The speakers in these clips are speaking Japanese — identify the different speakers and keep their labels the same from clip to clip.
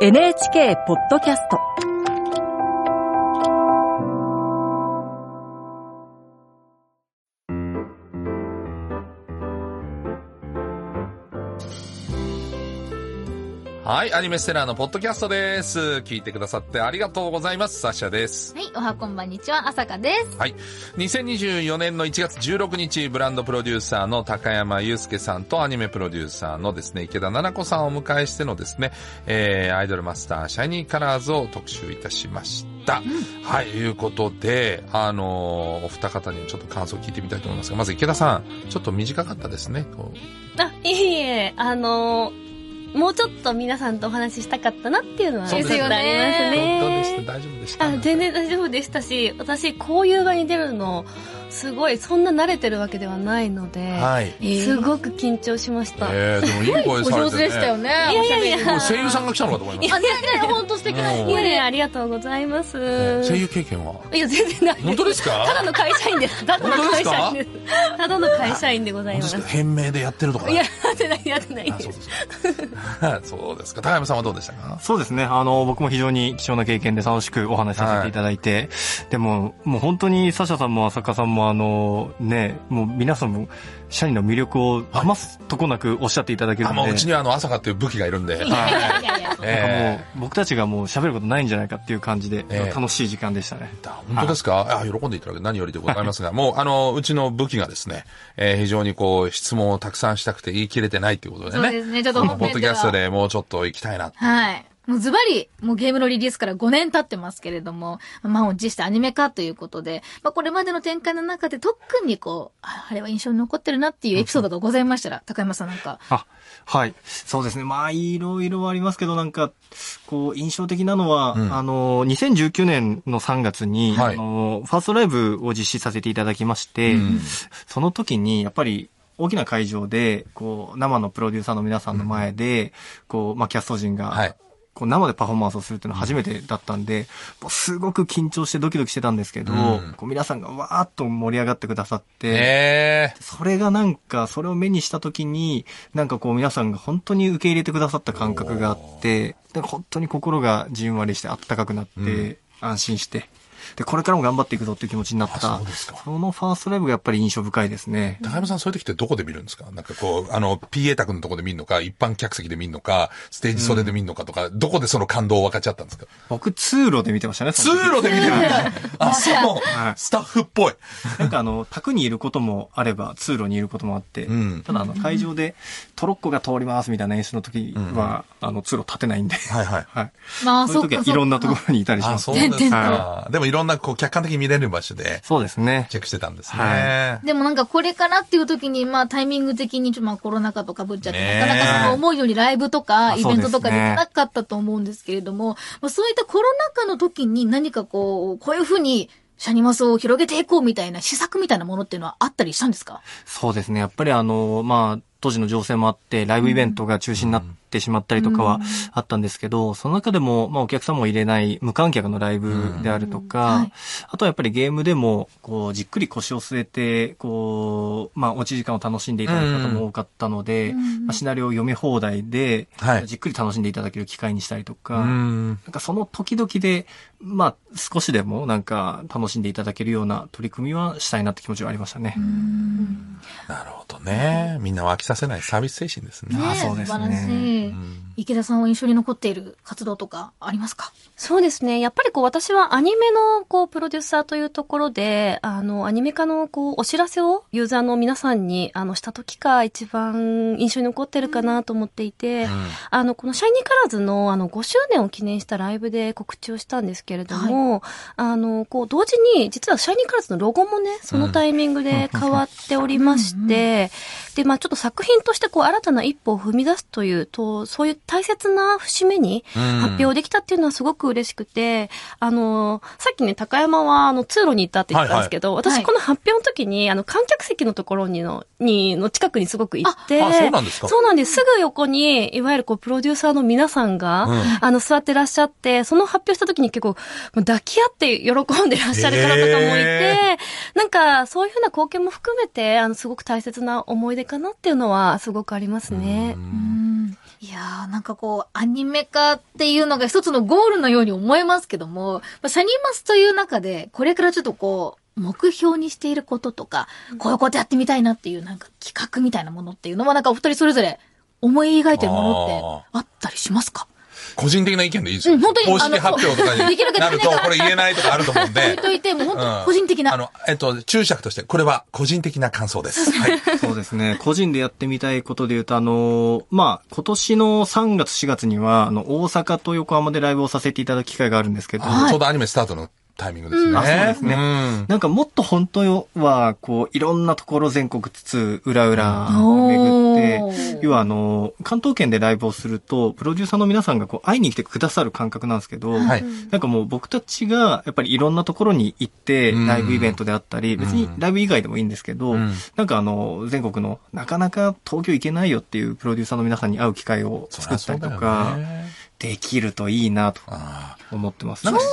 Speaker 1: NHK ポッドキャスト
Speaker 2: はい、アニメステラーのポッドキャストです。聞いてくださってありがとうございます。サッシャです。
Speaker 3: はい、おはこんばんにちは、あさかです。
Speaker 2: はい。2024年の1月16日、ブランドプロデューサーの高山祐介さんとアニメプロデューサーのですね、池田奈々子さんをお迎えしてのですね、えー、アイドルマスター、シャイニーカラーズを特集いたしました。はい、いうことで、あのーお二方にちょっと感想を聞いてみたいと思いますが、まず池田さん、ちょっと短かったですね。こう
Speaker 4: あ、いえいえ、あのーもうちょっと皆さんとお話ししたかったなっていうのは、
Speaker 2: そうですね
Speaker 4: ちょっとありますね。
Speaker 2: どうでした大丈夫でした
Speaker 4: あ、全然大丈夫でしたし、私、こういう場に出るの、すごい、そんな慣れてるわけではないので、
Speaker 2: はい。
Speaker 4: すごく緊張しました。
Speaker 2: えー、でもい
Speaker 3: お
Speaker 2: い声されて、ね。
Speaker 3: 上手でしたよね。
Speaker 4: いやいやいや
Speaker 3: おしゃべり
Speaker 2: もう声優さんが来たのかと思いました
Speaker 3: あ、全然本当素敵な。
Speaker 2: うん
Speaker 4: いやいや、ありがとうございます。
Speaker 2: ね声
Speaker 4: い
Speaker 2: 優経験は
Speaker 4: や、全然ないです。
Speaker 2: 本当ですか
Speaker 4: ただの会社員です。ただの会社員です。ただの会社員でござい
Speaker 2: 本
Speaker 4: ま
Speaker 2: 当です
Speaker 4: す
Speaker 2: か。変名でやってるとか
Speaker 4: いや、
Speaker 2: ね
Speaker 4: や ってない、やってない
Speaker 2: あそうですか そうですか高山さんはどうでしたか
Speaker 5: そうですね。あの、僕も非常に貴重な経験で楽しくお話しさせていただいて、でも、もう本当にサシャさんも浅香さんもあの、ね、もう皆さんも、社員の魅力を余すとこなくおっしゃっていただける
Speaker 2: あ
Speaker 5: ので、
Speaker 2: もううちにはあの朝香っていう武器がいるんで、
Speaker 3: いやいやいや。
Speaker 5: なん
Speaker 2: え
Speaker 5: かもう僕たちがもう喋ることないんじゃないかっていう感じで、
Speaker 2: ええ
Speaker 5: 楽しい時間でしたね。
Speaker 2: ー本当ですかあ喜んでいただけて何よりでございますが、もう、あの、うちの武器がですね、えー非常にこう、質問をたくさんしたくて言い切れてないということでね。
Speaker 3: そうですねちょっと
Speaker 2: このポ
Speaker 3: 本
Speaker 2: ッド
Speaker 3: 編
Speaker 2: キ
Speaker 3: では
Speaker 2: ャストでもうちょっと行きたいな。
Speaker 3: はい。もうズバリ、もうゲームのリリースから5年経ってますけれども、満を持してアニメ化ということで、まあこれまでの展開の中で特にこう、ああれは印象に残ってるなっていうエピソードがございましたら、高山さんなんか。
Speaker 5: あ、はい。そうですね。まあ、いろいろありますけど、なんか、こう、印象的なのは、
Speaker 2: うん
Speaker 5: あの、2019年の3月に、
Speaker 2: はい
Speaker 5: あの、ファーストライブを実施させていただきまして、
Speaker 2: うん
Speaker 5: その時に、やっぱり、大きな会場で、こう、生のプロデューサーの皆さんの前で、こう、まあ、キャスト陣が、
Speaker 2: はい。
Speaker 5: こう生でパフォーマンスをするっていうのは初めてだったんで、もうすごく緊張してドキドキしてたんですけど、
Speaker 2: うん
Speaker 5: こう皆さんがわーっと盛り上がってくださって、
Speaker 2: えー
Speaker 5: それがなんか、それを目にした時に、なんかこう皆さんが本当に受け入れてくださった感覚があって、で本当に心がじんわりしてあったかくなって、
Speaker 2: うん
Speaker 5: 安心して、で、これからも頑張っていくぞっていう気持ちになっ
Speaker 2: あ
Speaker 5: た
Speaker 2: そうですか。
Speaker 5: そのファーストライブがやっぱり印象深いですね。
Speaker 2: 高山さん、そういう時ってどこで見るんですかなんかこう、あの、PA 宅のとこで見るのか、一般客席で見るのか、ステージ袖で見るのかとか、どこでその感動を分かっちゃったんですか
Speaker 5: 僕通路で見てましたね。
Speaker 2: 通
Speaker 5: その時
Speaker 2: 路で見てるんだ あ、そう
Speaker 5: はい
Speaker 2: スタッフっぽい。
Speaker 5: なんかあの、宅にいることもあれば、通路にいることもあって、
Speaker 2: うん
Speaker 5: ただあの、会場でトロッコが通りますみたいな演出の時は、あの、通路立てないんで、
Speaker 2: はいはい。
Speaker 5: はい。
Speaker 3: まあ、
Speaker 5: そ
Speaker 3: そ
Speaker 5: ういうう時
Speaker 3: か。
Speaker 5: はいろんなとこ
Speaker 3: ろ。
Speaker 5: ろにいたりし
Speaker 2: あ、
Speaker 5: ます
Speaker 2: そう。です
Speaker 3: 点
Speaker 2: か。でもいろんな、こう、客観的に見れる場所で、
Speaker 5: そうですね。
Speaker 2: チェックしてたんですね。
Speaker 5: は
Speaker 3: でもなんかこれからっていう時に、まあタイミング的にちょっとまあコロナ禍とかぶっちゃって、
Speaker 2: ねえ
Speaker 3: なかなかその思うようにライブとか
Speaker 5: あ
Speaker 3: イベントとかでき
Speaker 5: そうですね
Speaker 3: なかったと思うんですけれども、まあそういったコロナ禍の時に何かこう、こういうふうにシャニマスを広げていこうみたいな施策みたいなものっていうのはあったりしたんですか
Speaker 5: そうですね。やっぱりあの、まあ、当時の情勢もあって、ライブイベントが中止になってしまったりとか
Speaker 3: う
Speaker 5: は
Speaker 3: ん
Speaker 5: あったんですけど、その中でも、まあ、お客さんも入れない無観客のライブであると
Speaker 3: うんは
Speaker 5: か
Speaker 3: い、
Speaker 5: あとはやっぱりゲームでも、こう、じっくり腰を据えて、こう、まあ、おうち時間を楽しんでいただく方も多かったので、
Speaker 3: うん
Speaker 5: まあシナリオを読み放題で、
Speaker 2: はい
Speaker 5: じっくり楽しんでいただける機会にしたりと
Speaker 2: う
Speaker 5: か、
Speaker 2: ん。
Speaker 5: なんかその時々で、まあ、少しでもなんか楽しんでいただけるような取り組みはしたいなって気持ちはありましたね。
Speaker 2: なるほどね。みんなを飽きさせないサービス精神ですね。
Speaker 3: ね
Speaker 5: あ
Speaker 3: え
Speaker 5: そうです
Speaker 3: 素
Speaker 5: ね
Speaker 3: 晴らしい、池田さんは印象に残っている活動とかありますか
Speaker 4: そうですね。やっぱりこう私はアニメのこうプロデューサーというところで、あの、アニメ化のこうお知らせをユーザーの皆さんにあのした時が一番印象に残ってるかなと思っていて、
Speaker 2: うん
Speaker 4: あの、このシャイニーカラーズのあの5周年を記念したライブで告知をしたんですけれども、あの、こう同時に実はシャイニーカラーズのロゴもね、そのタイミングで変わっておりまして、で、まあちょっと作品としてこう新たな一歩を踏み出すというと、そういう大切な節目に発表できたっていうのはすごく嬉しくて、あの、さっきね、高山は、あの、通路に行ったって言ってたんですけど、
Speaker 3: はい
Speaker 4: 私この発表の時に、あの、観客席のところにの、に、の近くにすごく行って、
Speaker 2: あ、そうなんですか
Speaker 4: そうなんです。すぐ横に、いわゆるこう、プロデューサーの皆さんが、
Speaker 2: うん
Speaker 4: あの、座ってらっしゃって、その発表した時に結構、もう抱き合って喜んでらっしゃる方とかもい
Speaker 2: へ
Speaker 4: て、なんか、そういうふうな貢献も含めて、あの、すごく大切な思い出かなっていうのは、すごくありますね。
Speaker 2: う
Speaker 3: うんんいやー、なんかこう、アニメ化っていうのが一つのゴールのように思えますけども、まあシャニマスという中で、これからちょっとこう、目標にしていることとか、こういうことやってみたいなっていう、なんか企画みたいなものっていうのは、なんかお二人それぞれ思い描いてるものってあったりしますか
Speaker 2: 個人的な意見でいいですよ。
Speaker 3: うん本当に
Speaker 2: 公式発表とか
Speaker 3: あので
Speaker 2: に
Speaker 3: きるだけ
Speaker 2: なると、
Speaker 3: ね
Speaker 2: これ言えないとかあると思うん
Speaker 3: 置
Speaker 2: で
Speaker 3: い。といて、もう本当
Speaker 2: うん
Speaker 3: に個人的
Speaker 2: あ
Speaker 3: な。
Speaker 2: の、えっと、注釈として、これは個人的な感想です。はい。
Speaker 5: そうですね。個人でやってみたいことで言うと、あのーまあ、今年の3月、4月には、あの、大阪と横浜でライブをさせていただく機会があるんですけど、
Speaker 2: ちょうどアニメスタートのタイミングですね。
Speaker 5: うんあそうですね
Speaker 2: ん
Speaker 5: なんかもっと本当は、こう、いろんなところ全国つつ、裏裏巡
Speaker 3: お
Speaker 5: って、
Speaker 3: ー
Speaker 5: 要はあの、関東圏でライブをすると、プロデューサーの皆さんがこう、会いに来てくださる感覚なんですけど、
Speaker 2: はい。
Speaker 5: なんかもう僕たちが、やっぱりいろんなところに行って、
Speaker 2: うん
Speaker 5: ライブイベントであったり、別にライブ以外でもいいんですけど、
Speaker 2: うん
Speaker 5: なんかあの、全国の、なかなか東京行けないよっていうプロデューサーの皆さんに会う機会を作ったりと
Speaker 2: そりゃそうだ
Speaker 5: か
Speaker 2: よ、ね
Speaker 5: できるといいなと
Speaker 2: ああ
Speaker 5: 思ってます
Speaker 2: な
Speaker 5: ね
Speaker 2: ん。か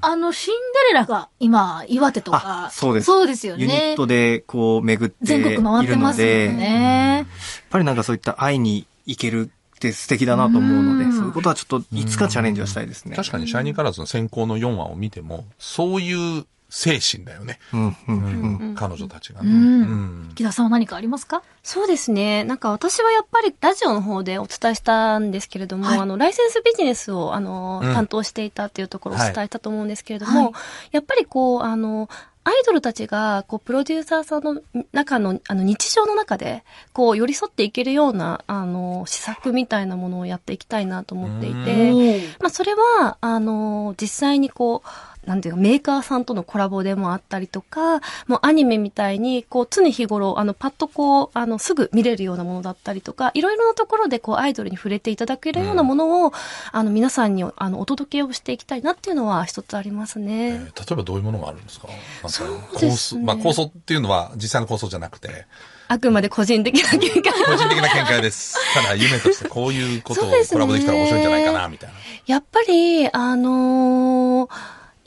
Speaker 3: あの、シンデレラが今、岩手とか
Speaker 5: あ。そうです
Speaker 3: そうですよ
Speaker 5: ユニッ
Speaker 3: ね。
Speaker 5: トでこう巡ってい
Speaker 3: 全
Speaker 5: るの
Speaker 3: 国回ってますよ
Speaker 5: で、
Speaker 3: ね。
Speaker 5: やっぱりなんかそういった会いに行けるって素敵だなと思うので、
Speaker 3: うん
Speaker 5: そういうことはちょっといつかチャレンジをしたいですね。
Speaker 2: 確かに、シャイニーカラーズの先行の4話を見ても、そういう精神だよね。
Speaker 5: うん、うん、うん。
Speaker 4: うん
Speaker 2: 彼女たちが
Speaker 3: う
Speaker 2: ね。
Speaker 3: ん
Speaker 2: うん
Speaker 3: 木田さんは何かありますか
Speaker 4: そうですね。なんか私はやっぱりラジオの方でお伝えしたんですけれども、
Speaker 3: はい
Speaker 4: あの、ライセンスビジネスを、あの、
Speaker 2: うん
Speaker 4: 担当していたっていうところをお伝えしたと思うんですけれども、
Speaker 3: はい
Speaker 4: やっぱりこう、あの、アイドルたちが、こう、プロデューサーさんの中の、あの、日常の中で、こう、寄り添っていけるような、あの、施策みたいなものをやっていきたいなと思ってい
Speaker 2: え
Speaker 4: て、まあ、それは、あの、実際にこう、なんていうか、メーカーさんとのコラボでもあったりとか、もうアニメみたいに、こう、常日頃、あの、パッとこう、あの、すぐ見れるようなものだったりとか、いろいろなところで、こう、アイドルに触れていただけるようなものを、あの、皆さんに、あの、お届けをしていきたいなっていうのは、一つあります
Speaker 2: え
Speaker 4: ね。
Speaker 2: ー例えばどういうものがあるんですか
Speaker 4: そう
Speaker 2: 構
Speaker 4: です
Speaker 2: 想、
Speaker 4: ね
Speaker 2: まあ構想っていうのは実際の構想じゃなくて、
Speaker 4: あくまで個人的な見解。
Speaker 2: 個人的な見解です。ただ夢としてこういうことをコラボできたら面白いんじゃないかな、みたいな。
Speaker 4: やっぱり、あのー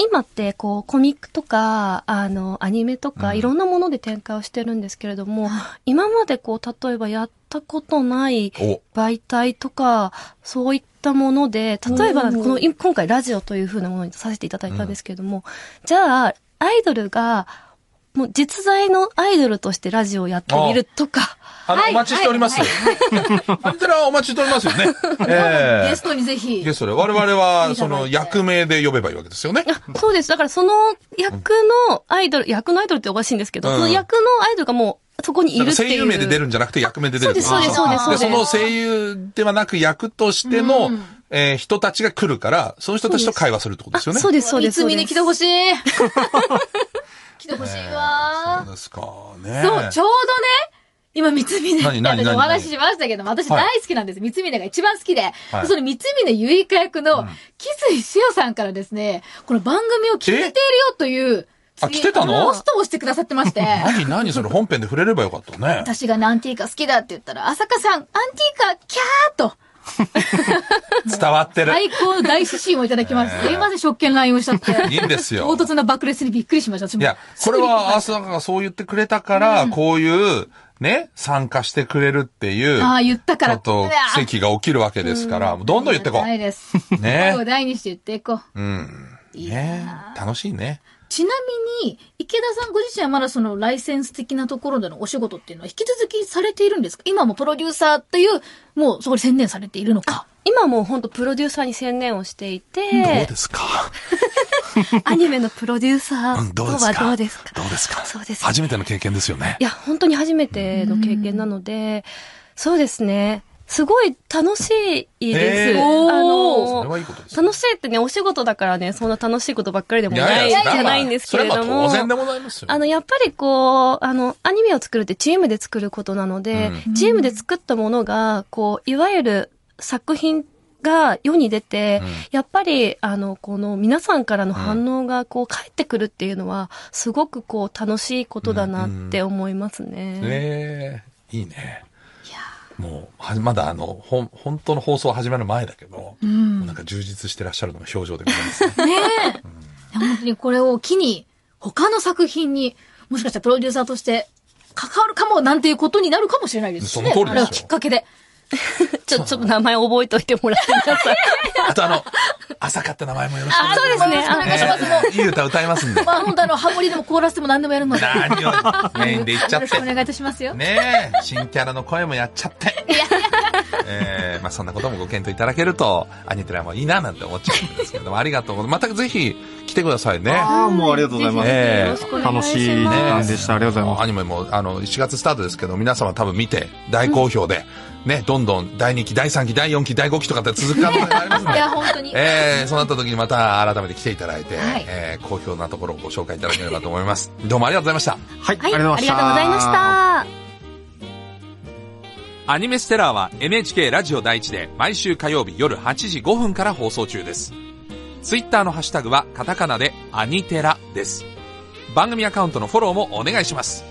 Speaker 4: 今ってこうコミックとか、あの、アニメとか、
Speaker 2: うん
Speaker 4: いろんなもので展開をしてるんですけれども、今までこう、例えばやったことない
Speaker 2: お、
Speaker 4: 媒体とか、そういったもので、例えば、こ
Speaker 3: うん
Speaker 4: の、今今回ラジオというふうなものにさせていただいたんですけれども、じゃあ、アイドルが、もう実在のアイドルとしてラジオをやってみるとか、
Speaker 2: あの、
Speaker 3: はい
Speaker 2: お待ちしております。あんたらお待ちしておりますよね。え
Speaker 3: ゲストにぜひ。
Speaker 2: え。ゲストで、我々は、その、
Speaker 3: いただいて
Speaker 2: 役名で呼べばいいわけですよね。
Speaker 4: あそうです。だからその役のアイドル、役のアイドルっておかしいんですけど、
Speaker 2: うん
Speaker 4: その役のアイドルがもうそこにい
Speaker 2: だ
Speaker 4: るっ
Speaker 2: か
Speaker 4: てい
Speaker 2: ら
Speaker 4: う。
Speaker 2: 声優名で出るんじゃなくて役名で出るってこと
Speaker 4: そうですそうですそうです
Speaker 2: その声優ではなく役としての、
Speaker 3: うん
Speaker 2: えー人たちが来るから、その人たちと会話するってことですよね。
Speaker 4: そうです、そうで
Speaker 3: い
Speaker 4: す。
Speaker 3: つ見に来てほしい。来てほしい
Speaker 2: えー
Speaker 3: わ
Speaker 2: そうですかね。
Speaker 3: そう、ちょうどね、今、三峰み
Speaker 2: 何
Speaker 3: た
Speaker 2: 何
Speaker 3: いな
Speaker 2: 何
Speaker 3: お話しましたけども、私
Speaker 2: はい
Speaker 3: 大好きなんです。三峰が一番好きで、
Speaker 2: はい
Speaker 3: その三峰ゆいか役
Speaker 2: う
Speaker 3: の
Speaker 2: ん、
Speaker 3: キスイシオさんからですね、この番組を聞いているよという、
Speaker 2: あ聞いてたの
Speaker 3: ポストをしてくださってま して。
Speaker 2: 何何それ本編で触れればよかったね。
Speaker 3: 私がねアンティーカ好きだって言ったら、朝香さん、アンティーカ、キャーと、
Speaker 2: 伝わってる。
Speaker 3: 最高の大指針をいただきまし
Speaker 2: え
Speaker 3: た。
Speaker 2: ー
Speaker 3: すいません、職権乱用しちゃって。
Speaker 2: いいんですよ
Speaker 3: 唐突な爆裂にびっくりしました。私も
Speaker 2: いや、これは、アースなんかがそう言ってくれたから、こういう、ね、参加してくれるっていう、
Speaker 3: ああ、言ったか
Speaker 2: ちょ
Speaker 3: ら。
Speaker 2: っと奇跡が起きるわけですから、どんどん言ってこ。
Speaker 3: ないうです。
Speaker 2: ね
Speaker 3: 声を大にして言っていこう。
Speaker 2: うん。
Speaker 3: いいな
Speaker 2: ね楽しいね。
Speaker 3: ちなみに、池田さんご自身はまだそのライセンス的なところでのお仕事っていうのは引き続きされているんですか今もプロデューサーという、もうそこで専念されているのか。
Speaker 4: 今もう本当プロデューサーに専念をしてい
Speaker 2: どう
Speaker 4: て、
Speaker 2: ですか
Speaker 4: アニメのプロデューサ
Speaker 2: うん
Speaker 4: ー
Speaker 2: ど
Speaker 4: と
Speaker 2: うです
Speaker 4: は
Speaker 2: か
Speaker 4: どうですか、
Speaker 2: どうですか
Speaker 4: そうですね
Speaker 2: 初めての経験ですよね
Speaker 4: い。や、本当に初めての経験なので、そうですね。すごい楽しいです。
Speaker 2: えー
Speaker 4: あ
Speaker 2: そ
Speaker 4: の
Speaker 2: れはいいことですよ。
Speaker 4: 楽しいってね、お仕事だからね、そんな楽しいことばっかりでもないじ
Speaker 2: だから
Speaker 4: ゃないんですけれど
Speaker 2: そ
Speaker 4: も。
Speaker 2: れは当然でございますよ。
Speaker 4: あの、やっぱりこう、あの、アニメを作るってチームで作ることなので、
Speaker 3: うん
Speaker 4: チームで作ったものが、こう、いわゆる作品が世に出て、
Speaker 2: うん
Speaker 4: やっぱり、あの、この皆さんからの反応が、こう、返ってくるっていうのは、すごくこう、楽しいことだなって思いますね。
Speaker 2: ねえいいね。もう、はまだあの、ほん、本当の放送始まる前だけど、
Speaker 3: うん
Speaker 2: もうなんか充実してらっしゃるのが表情でござい ますね。
Speaker 3: ねえ。いや本当にこれを機に、他の作品に、もしかしたらプロデューサーとして関わるかもなんていうことになるかもしれないですしね。
Speaker 2: その通りですよ
Speaker 3: あれはきっかけで。
Speaker 4: ちょ、ちょっと名前覚えといてもらってください。
Speaker 2: あとあの、朝香って名前もよろしくお願いし
Speaker 3: そうですね。あお願いします。もう
Speaker 2: ます。いい歌歌いますんで。
Speaker 3: まあ本当あの、ハモリでもコーラスでも何でもやるので。よ
Speaker 2: 何をメインで言っちゃっ
Speaker 3: ろしくお
Speaker 2: て。
Speaker 3: 願いいたしますよ。
Speaker 2: ねえ、新キャラの声もやっちゃって。えーまあそんなこともご検討いただけると、アニテラもいいななんて思っちゃうんですけども、ありがとうございます。またぜひ来てくださいね。
Speaker 5: ああ、もうありがとうございま
Speaker 2: ぜ
Speaker 5: す。
Speaker 2: ええ
Speaker 4: よろしくお願いしま
Speaker 5: 楽
Speaker 4: す。
Speaker 5: しい時間でした。ありがとうござい
Speaker 2: ア
Speaker 5: ま
Speaker 2: ニメも、あの、1月スタートですけど、皆様多分見て、大好評で、ね、どんどん第2期、第3期、第4期、第5期とかって続く可能性がありますの
Speaker 3: い
Speaker 2: で。
Speaker 3: や、本当に。
Speaker 2: えー、そうなった時にまた改めて来ていただいて、
Speaker 3: はい
Speaker 2: えー、好評なところをご紹介いただければと思います。どうもありがとうございました。
Speaker 5: す。はい、あ
Speaker 4: はい、
Speaker 5: りが
Speaker 4: あ
Speaker 5: と
Speaker 4: り
Speaker 5: うご
Speaker 4: が
Speaker 5: ざ
Speaker 4: と
Speaker 5: いうまし
Speaker 4: ご
Speaker 5: た。
Speaker 4: ざいました。
Speaker 2: アニメステラーは NHK ラジオ第一で毎週火曜日夜8時5分から放送中です。ツイッターのハッシュタグはカタカナでアニテラです。番組アカウントのフォローもお願いします。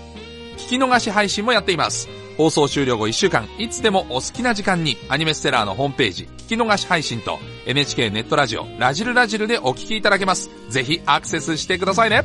Speaker 2: 聞き逃し配信もやっています。放送終了後1週間、いつでもお好きな時間にアニメステラーのホームページ、聞き逃し配信と NHK ネットラジオ、ラジルラジルでお聞きいただけます。ぜひアクセスしてくださいね。